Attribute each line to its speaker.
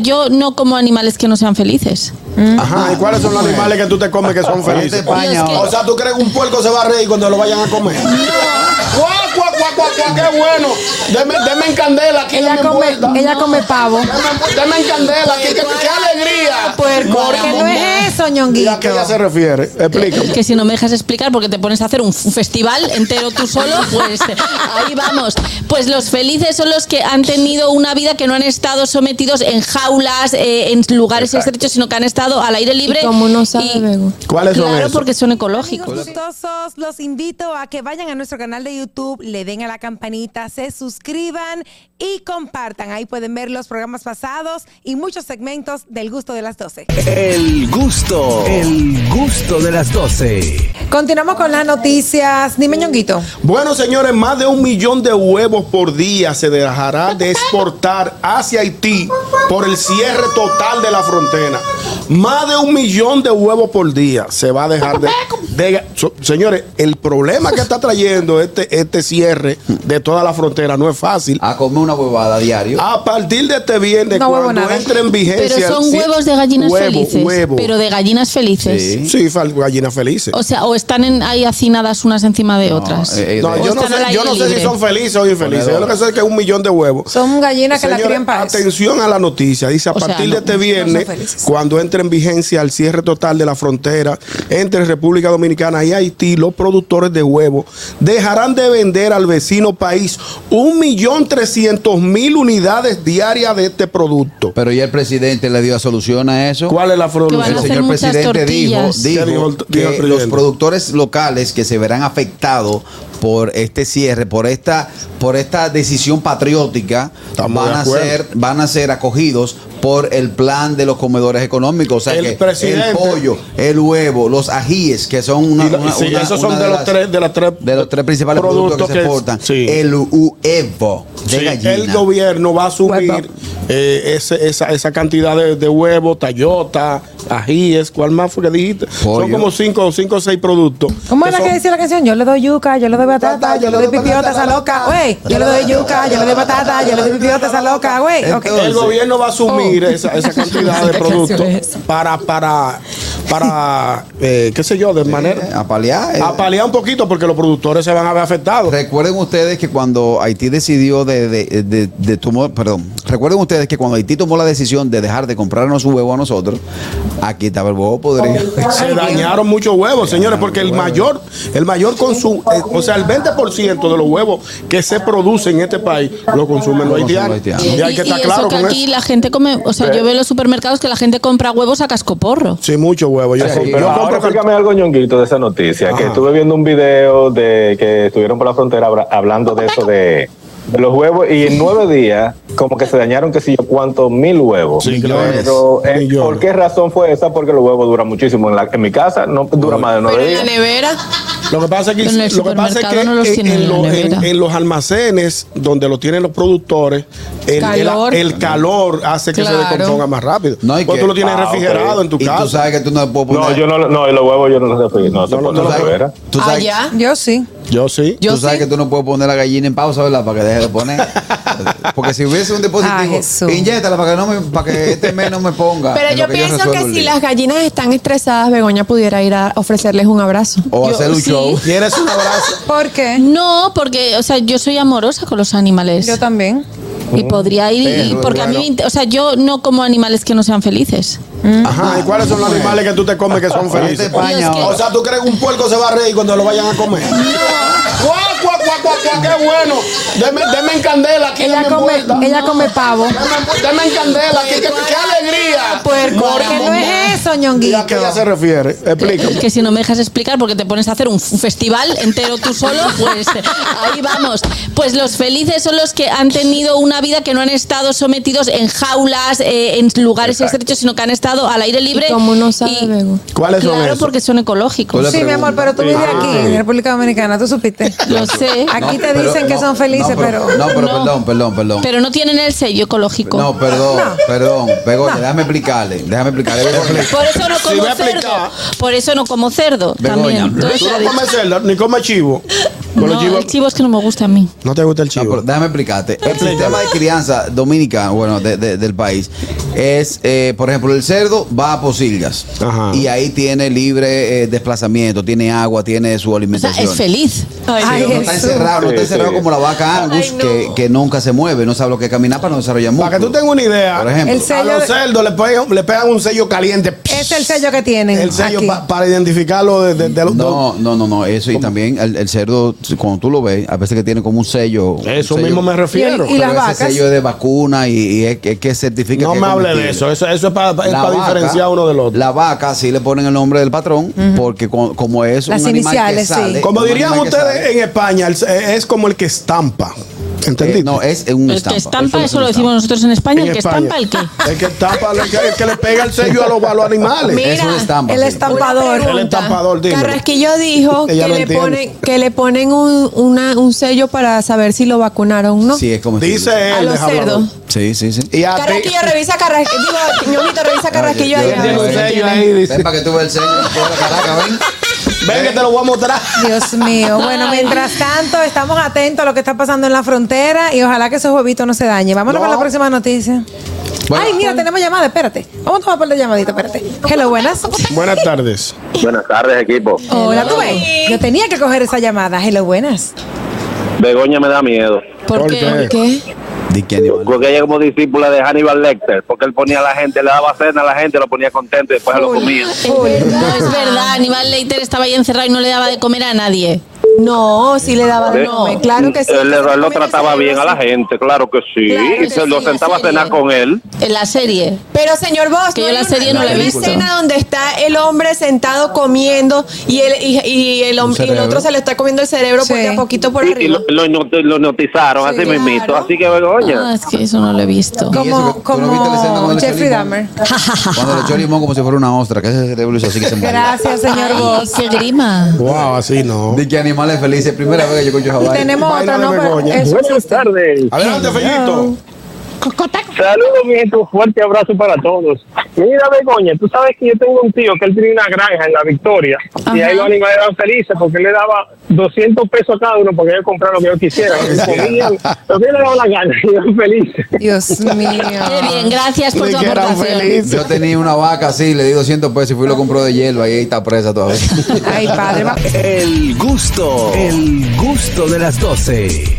Speaker 1: Yo no como animales que no sean felices.
Speaker 2: Ajá, ¿y cuáles son los animales que tú te comes que son felices?
Speaker 1: España.
Speaker 2: O sea, ¿tú crees que un puerco se va a reír cuando lo vayan a comer? ¡Cuá, cuá, cuá, cuá, cuá! ¡Qué bueno! Deme, deme en candela aquí,
Speaker 3: Ella
Speaker 2: deme en
Speaker 3: come,
Speaker 2: vuelta.
Speaker 3: ella come pavo.
Speaker 2: Deme, deme en candela aquí, que- que- qué alegría.
Speaker 3: Puerco. Porque no es eso,
Speaker 2: ¿Y
Speaker 3: ñonguito.
Speaker 2: a qué ella se refiere? Explícame.
Speaker 1: Que si no me dejas explicar porque te pones a hacer un f- festival entero tú solo, pues eh, ahí vamos. Pues los felices son los que han tenido una vida que no han estado sometidos en jaulas, eh, en lugares
Speaker 2: Exacto.
Speaker 1: estrechos, sino que han estado al aire libre.
Speaker 3: Y como no sabe, Bego.
Speaker 2: ¿Cuáles son
Speaker 1: Claro,
Speaker 2: esos?
Speaker 1: porque son
Speaker 4: Amigos
Speaker 1: ecológicos.
Speaker 4: gustosos, los invito a que vayan a nuestro canal de YouTube, le den a la campanita, se suscriban y compartan. Ahí pueden ver los programas pasados y muchos segmentos del gusto de las 12.
Speaker 5: El gusto, el gusto de las 12.
Speaker 4: Continuamos con las noticias. Dime, ñonguito.
Speaker 2: Bueno, señores, más de un millón de huevos por día se dejará de exportar hacia Haití por el cierre total de la frontera. Más de un millón de huevos por día se va a dejar de... de- so- señores, el problema que está trayendo este, este cierre de toda la frontera no es fácil.
Speaker 6: A comer una huevada
Speaker 5: Ah.
Speaker 6: diario.
Speaker 2: A partir de este viernes,
Speaker 4: No huevo
Speaker 2: cuando
Speaker 4: nada.
Speaker 2: entre en vigencia...
Speaker 1: Pero son
Speaker 2: sí,
Speaker 1: huevos de gallinas
Speaker 2: huevo,
Speaker 1: felices.
Speaker 2: huevo.
Speaker 1: Pero de gallinas felices.
Speaker 6: Sí.
Speaker 2: Sí, fal- gallinas felices.
Speaker 1: O sea, o están en- ahí hacinadas unas encima de otras.
Speaker 6: eh, eh,
Speaker 2: No,
Speaker 6: de-
Speaker 2: yo no,
Speaker 1: están
Speaker 2: sé,
Speaker 1: al
Speaker 2: yo no
Speaker 1: aire
Speaker 2: sé si
Speaker 1: libre.
Speaker 2: son felices o infelices. Yo lo que sé es que es un millón de huevos.
Speaker 4: Son gallinas que la
Speaker 2: Señores,
Speaker 4: crían para eso.
Speaker 2: atención a la noticia. Dice, a
Speaker 1: O sea,
Speaker 2: partir
Speaker 1: no,
Speaker 2: de este
Speaker 4: no son
Speaker 2: viernes,
Speaker 4: felices.
Speaker 2: cuando entre en vigencia el cierre total de la frontera entre República Dominicana y Haití, los productores de huevos dejarán de vender al vecino país 1.300.000 unidades diarias de este producto.
Speaker 6: Pero ya el presidente le dio solución a eso.
Speaker 2: ¿Cuál es la
Speaker 1: Van a
Speaker 6: El
Speaker 2: solución?
Speaker 1: hacer
Speaker 6: señor
Speaker 1: muchas
Speaker 6: presidente dijo,
Speaker 1: tortillas.
Speaker 6: dijo
Speaker 2: ¿Qué dijo el-
Speaker 6: que
Speaker 2: dijo el presidente?
Speaker 6: los productores locales que se verán afectados por este cierre, por esta, por esta decisión patriótica,
Speaker 2: Estamos
Speaker 6: van
Speaker 2: de
Speaker 6: a
Speaker 2: acuerdo.
Speaker 6: ser, van a ser acogidos por el plan de los comedores económicos. O sea
Speaker 2: El
Speaker 6: que
Speaker 2: presidente-
Speaker 6: el pollo, el huevo, los ajíes, que son una,
Speaker 2: Y lo-
Speaker 6: una-
Speaker 2: sí,
Speaker 6: una-
Speaker 2: esos
Speaker 6: una
Speaker 2: son de, los
Speaker 6: las-
Speaker 2: tres, de, las tres,
Speaker 6: de los tres principales productos, que, se
Speaker 2: que-
Speaker 6: exportan.
Speaker 2: sí.
Speaker 6: El huevo de
Speaker 2: Sí,
Speaker 6: gallina.
Speaker 2: El gobierno va a
Speaker 4: Huevo.
Speaker 2: asumir eh, ese- esa, esa cantidad de, de huevos, tayota, ajíes, ¿cuál más fue que dijiste? Son
Speaker 6: Pollo.
Speaker 2: como cinco, cinco o seis productos.
Speaker 4: ¿Cómo era
Speaker 2: son-
Speaker 4: que decía la canción? Yo le doy yuca, yo le doy batata, yo le doy pipiota a esa loca, güey. Yo le doy yuca, yo le doy batata, yo le doy pipiota a esa loca, güey. Ok.
Speaker 2: El gobierno va a asumir
Speaker 1: Oh.
Speaker 2: esa, esa cantidad de
Speaker 4: ¿Qué
Speaker 2: productos
Speaker 4: canción es esa?
Speaker 2: para, para, para eh, qué sé yo, de
Speaker 6: Eh,
Speaker 2: manera...
Speaker 6: a paliar, eh,
Speaker 2: A paliar un poquito porque los productores se van a ver afectados.
Speaker 6: Recuerden ustedes que cuando Haití decidió de, de- de- de tomar- perdón, recuerden ustedes que cuando Haití tomó la decisión de dejar de comprarnos su huevo a nosotros, aquí estaba el huevo podrido.
Speaker 2: Se dañaron muchos huevos, señores, porque el mayor, el mayor consumo, eh, o sea, el 20% de los huevos que se producen en este país lo consumen los
Speaker 6: Lo consumen los
Speaker 2: haitianos.
Speaker 6: haitianos.
Speaker 2: Y hay que
Speaker 1: y
Speaker 2: estar
Speaker 1: eso
Speaker 2: claro
Speaker 1: que
Speaker 2: con
Speaker 1: aquí
Speaker 2: eso.
Speaker 1: la gente come, o sea, yo veo en los supermercados que la gente compra huevos a cascoporro.
Speaker 2: Sí, muchos huevos. Yo,
Speaker 6: Sí,
Speaker 2: yo
Speaker 7: Pero ahora
Speaker 2: compro
Speaker 7: explícame algo, ñonguito, de esa noticia. Que
Speaker 2: Ajá.
Speaker 7: estuve viendo un video de que estuvieron por la frontera habra- hablando de eso de, de los huevos y en nueve días como que se dañaron que si yo cuántos mil huevos.
Speaker 2: Sí,
Speaker 6: Millones.
Speaker 7: Pero eh,
Speaker 2: Millones.
Speaker 7: ¿por qué razón fue esa? Porque los huevos duran muchísimo. En, la- en mi casa no dura más de nueve días.
Speaker 1: nevera.
Speaker 2: Lo que pasa es que,
Speaker 1: Pero en el
Speaker 2: lo que, pasa es
Speaker 1: supermercado
Speaker 2: que
Speaker 1: no los
Speaker 2: en,
Speaker 1: tienen
Speaker 2: en
Speaker 1: en la
Speaker 2: lo- en-
Speaker 1: nevera.
Speaker 2: en los almacenes donde lo tienen los productores, el calor,
Speaker 4: Calor.
Speaker 2: el, calor hace que
Speaker 4: Claro.
Speaker 2: se descomponga más rápido.
Speaker 6: No,
Speaker 2: No,
Speaker 6: y que-
Speaker 2: tú lo tienes
Speaker 7: Ah, ok.
Speaker 2: refrigerado en tu
Speaker 6: y tú
Speaker 2: casa.
Speaker 6: sabes que tú no puedes
Speaker 7: No,
Speaker 6: poner.
Speaker 7: yo no, no, y los huevos yo no los refri- no, se
Speaker 2: No, no,
Speaker 7: ponen
Speaker 2: no
Speaker 7: en la
Speaker 2: los-
Speaker 7: nevera.
Speaker 6: Tú sabes,
Speaker 4: Yo sí.
Speaker 2: Yo sí.
Speaker 6: tú sabes que tú no puedes poner la gallina en pausa, ¿verdad? Para que deje de poner. Porque si hubiese un
Speaker 4: Ah,
Speaker 6: dispositivo,
Speaker 4: Jesús.
Speaker 6: inyéctala para que, no me, para que este mes no me ponga.
Speaker 3: Pero
Speaker 6: en
Speaker 3: yo
Speaker 6: lo que
Speaker 3: pienso que
Speaker 6: resuelvo el
Speaker 3: si
Speaker 6: lío.
Speaker 3: las gallinas están estresadas, Begoña pudiera ir a ofrecerles un abrazo.
Speaker 2: Oh.
Speaker 6: O
Speaker 1: Yo-
Speaker 6: hacer un
Speaker 1: sí.
Speaker 6: show.
Speaker 2: ¿Quieres un abrazo?
Speaker 4: ¿Por qué?
Speaker 1: No, porque, o sea, yo soy amorosa con los animales.
Speaker 4: Yo también.
Speaker 1: Y podría ir, y-
Speaker 6: Pero,
Speaker 1: porque a mí, me
Speaker 6: bueno.
Speaker 1: inter- o sea, yo no como animales que no sean felices.
Speaker 2: Ajá. ¿Y cuáles son los animales que tú te comes que son felices?
Speaker 6: España,
Speaker 1: Dios, que-
Speaker 2: O sea, ¿tú crees que un puerco se va a reír cuando lo vayan a comer? ¡Cuá, cuá, cuá, cuá, cuá! qué bueno! Deme, deme en candela aquí,
Speaker 4: Ella
Speaker 2: deme en
Speaker 4: come,
Speaker 2: vuelta.
Speaker 4: ella come pavo.
Speaker 2: Deme, deme en candela aquí, que- qué alegría.
Speaker 4: Puerco. Porque no es eso,
Speaker 2: ¿Y a qué
Speaker 4: ñonguito.
Speaker 2: ella se refiere? Explícame.
Speaker 1: Que si no me dejas explicar porque te pones a hacer un f- festival entero tú solo, pues eh, ahí vamos. Pues los felices son los que han tenido una vida que no han estado sometidos en jaulas, eh, en lugares estrechos, sino que han estado al aire libre.
Speaker 3: Y como no sabe,
Speaker 1: Y-
Speaker 3: Bego.
Speaker 2: ¿Cuáles son
Speaker 1: Claro,
Speaker 2: esos? Pues
Speaker 1: porque son
Speaker 6: Tú
Speaker 1: ecológicos.
Speaker 6: le
Speaker 4: Sí, mi amor, pero tú vives
Speaker 2: Ah.
Speaker 4: aquí, en República Dominicana, tú supiste.
Speaker 1: Lo sé,
Speaker 4: Aquí te
Speaker 6: No, pero-
Speaker 4: dicen que
Speaker 6: no,
Speaker 4: son felices,
Speaker 6: no,
Speaker 4: pero...
Speaker 6: No, pero
Speaker 1: No.
Speaker 6: perdón, perdón, perdón.
Speaker 1: pero no tienen el sello ecológico.
Speaker 6: No, perdón, perdón, Begoña, déjame explicarle, déjame explicarle. Begoña.
Speaker 1: Por eso no
Speaker 2: Si
Speaker 1: como
Speaker 2: voy a
Speaker 1: cerdo.
Speaker 2: aplicar-
Speaker 1: Por eso no como cerdo.
Speaker 6: Begoña,
Speaker 1: también. Todo
Speaker 2: Tú
Speaker 1: se ha
Speaker 2: no
Speaker 1: dicho.
Speaker 2: comes cerdo ni comes chivo. Con los
Speaker 1: No,
Speaker 2: chivos-
Speaker 1: el chivo es que no me gusta a mí.
Speaker 2: ¿No te gusta el
Speaker 6: No, pero
Speaker 2: chivo?
Speaker 6: déjame explicarte. El sistema de crianza dominicana, bueno, de- de- del país, es, eh, por ejemplo, el cerdo va a Posilgas.
Speaker 2: Ajá.
Speaker 6: Y ahí tiene libre eh, desplazamiento, tiene agua, tiene su
Speaker 1: O sea,
Speaker 6: alimentación.
Speaker 1: es feliz. eh,
Speaker 4: Ay,
Speaker 6: no está
Speaker 4: Jesús.
Speaker 6: encerrado, no está
Speaker 7: Sí,
Speaker 6: encerrado
Speaker 7: sí.
Speaker 6: como la vaca Angus,
Speaker 1: Ay, no.
Speaker 6: que, que nunca se mueve, no sabe lo que es caminar para no desarrollar músculo.
Speaker 2: Para que tú tengas una idea,
Speaker 6: Por ejemplo.
Speaker 4: El
Speaker 2: a
Speaker 4: sello
Speaker 2: los
Speaker 4: de-
Speaker 2: cerdos le pegan, le pegan un sello caliente.
Speaker 4: Es el sello que tienen.
Speaker 2: El sello
Speaker 4: aquí.
Speaker 2: pa- para identificarlo de, de- de los
Speaker 6: No, no, no, no, eso y también el, el cerdo, cuando tú lo ves, a veces que tiene como un sello. un
Speaker 2: Eso
Speaker 6: sello-
Speaker 2: mismo me refiero.
Speaker 4: Y- y la-
Speaker 6: pero
Speaker 4: las
Speaker 6: ese
Speaker 4: vacas.
Speaker 6: sello es de vacuna y, y es, es que certifica
Speaker 2: no
Speaker 6: que
Speaker 2: me
Speaker 6: es
Speaker 2: hable de
Speaker 6: comestible.
Speaker 2: eso. Eso, eso es para,
Speaker 6: La vaca-
Speaker 2: diferenciar uno del otro.
Speaker 6: La vaca sí le ponen el nombre del patrón porque co- como es
Speaker 4: Las
Speaker 6: un animal
Speaker 4: iniciales, sí.
Speaker 6: que sale,
Speaker 2: como
Speaker 6: un
Speaker 2: dirían
Speaker 6: animal Eh, que
Speaker 2: ustedes eh,
Speaker 6: sale,
Speaker 2: en España, el- es como el que estampa.
Speaker 6: eh,
Speaker 2: ¿Entendiste?
Speaker 6: no es un
Speaker 1: El que
Speaker 6: estampa.
Speaker 1: estampa,
Speaker 6: es
Speaker 1: eso
Speaker 6: un
Speaker 1: lo decimos
Speaker 6: estampa.
Speaker 1: nosotros en España.
Speaker 2: En
Speaker 1: El que
Speaker 2: España.
Speaker 1: estampa, el que.
Speaker 2: El que estampa, el que, el que le pega el sello a los, a los animales.
Speaker 6: Mira, Es un estampa,
Speaker 4: el
Speaker 6: sí.
Speaker 4: estampador.
Speaker 2: El estampador, dime.
Speaker 3: Carrasquillo dijo
Speaker 2: Ella
Speaker 3: que
Speaker 2: lo
Speaker 3: le,
Speaker 2: entiende.
Speaker 3: ponen, que le ponen un, una- un sello para saber si lo vacunaron o no.
Speaker 6: Sí, es como
Speaker 2: Dice él.
Speaker 3: a los
Speaker 2: deja hablar.
Speaker 3: cerdos.
Speaker 6: Sí, sí, sí.
Speaker 2: Y a ti-
Speaker 3: Carrasquillo revisa Carrasquillo. Digo, ñoñito, revisa Carrasquillo.
Speaker 6: yo-
Speaker 3: ahí,
Speaker 6: yo-
Speaker 3: a ver
Speaker 2: Tiene
Speaker 3: si
Speaker 2: un
Speaker 6: Ven,
Speaker 3: lo
Speaker 2: sello
Speaker 3: tiene.
Speaker 2: ahí,
Speaker 6: Ven
Speaker 2: dice.
Speaker 6: para que tú veas el sello. Toda la caraca, ven.
Speaker 2: Ven que te lo voy a mostrar.
Speaker 4: Dios mío. Bueno, mientras tanto, estamos atentos a lo que está pasando en la frontera y ojalá que esos huevitos no se dañen. Vámonos
Speaker 2: No.
Speaker 4: con la próxima noticia.
Speaker 6: Bueno.
Speaker 4: Ay, mira, tenemos llamada, espérate. Vamos a tomar por la llamadita, espérate. Hello, buenas.
Speaker 2: Buenas tardes.
Speaker 8: Buenas tardes, equipo.
Speaker 4: Hola, tú ves. Yo tenía que coger esa llamada. Hello, buenas.
Speaker 8: Begoña me da miedo.
Speaker 1: ¿Por qué?
Speaker 3: ¿Qué?
Speaker 6: Di que animal.
Speaker 8: Porque ella es como discípula de Hannibal Lecter, porque él ponía a la gente, le daba cena a la gente, lo ponía contento y después se lo comía.
Speaker 1: No es verdad, Aníbal Leiter estaba ahí encerrado y no le daba de comer a nadie.
Speaker 3: No, sí le daba de
Speaker 8: Eh,
Speaker 3: comer. Claro que sí.
Speaker 8: Él,
Speaker 3: entonces
Speaker 8: él lo
Speaker 3: comía
Speaker 8: trataba
Speaker 3: ese
Speaker 8: bien a la
Speaker 3: negocio.
Speaker 8: gente, claro que sí.
Speaker 3: Claro
Speaker 8: y
Speaker 3: que
Speaker 8: se lo
Speaker 1: sí,
Speaker 8: sentaba a
Speaker 1: serio.
Speaker 8: cenar con él.
Speaker 1: En la serie.
Speaker 3: Pero señor Bosch,
Speaker 1: Que yo la
Speaker 3: hay
Speaker 1: serie no la he
Speaker 3: hay una
Speaker 1: visto.
Speaker 3: escena donde está el hombre sentado comiendo y el, y, y el, hom- y el
Speaker 6: cerebro.
Speaker 3: otro se le está comiendo el cerebro
Speaker 4: Sí.
Speaker 3: por de a poquito por
Speaker 8: Y, y
Speaker 3: arriba.
Speaker 8: lo, lo hipnoti- lo hipnotizaron,
Speaker 3: Sí,
Speaker 8: así
Speaker 3: claro.
Speaker 8: mismito. Así que, Begoña,
Speaker 1: Ah, es que eso no lo he visto.
Speaker 6: Y eso que
Speaker 4: Como,
Speaker 6: tú no viste la escena
Speaker 4: como
Speaker 6: cuando le
Speaker 4: Jeffrey
Speaker 6: echó
Speaker 4: Dahmer.
Speaker 6: limón. Cuando le echó limón como si fuera una ostra, que ese cerebro hizo así que se muere.
Speaker 4: Gracias, señor
Speaker 1: Ay,
Speaker 4: Bosch.
Speaker 1: qué grima.
Speaker 2: Wow, así no.
Speaker 6: Di que animales felices. Primera vez que yo escucho
Speaker 4: Y
Speaker 6: jabalí.
Speaker 4: tenemos
Speaker 2: Baila
Speaker 4: otra,
Speaker 2: de
Speaker 4: ¿no? Pero
Speaker 2: Begoña.
Speaker 4: eso
Speaker 8: buenas
Speaker 4: existe.
Speaker 8: tardes.
Speaker 2: Adelante, Fellito.
Speaker 8: Saludos, viejo. Fuerte abrazo para todos. Mira, Begoña, tú sabes que yo tengo un tío que él tiene una granja en La Victoria y ahí los animales eran felices porque él le daba 200 pesos a cada uno porque ellos compraban lo que ellos quisieran. Comían lo que él le daba la gana y eran felices.
Speaker 4: Dios mío.
Speaker 1: Qué bien, gracias por
Speaker 2: Ni
Speaker 1: tu
Speaker 2: que eran
Speaker 1: aportación.
Speaker 2: felices.
Speaker 6: Yo tenía una vaca así, le di 200 pesos y fui y lo compró de hierba y ahí está presa todavía.
Speaker 4: Ay, padre. va-
Speaker 5: El gusto, el gusto de las 12.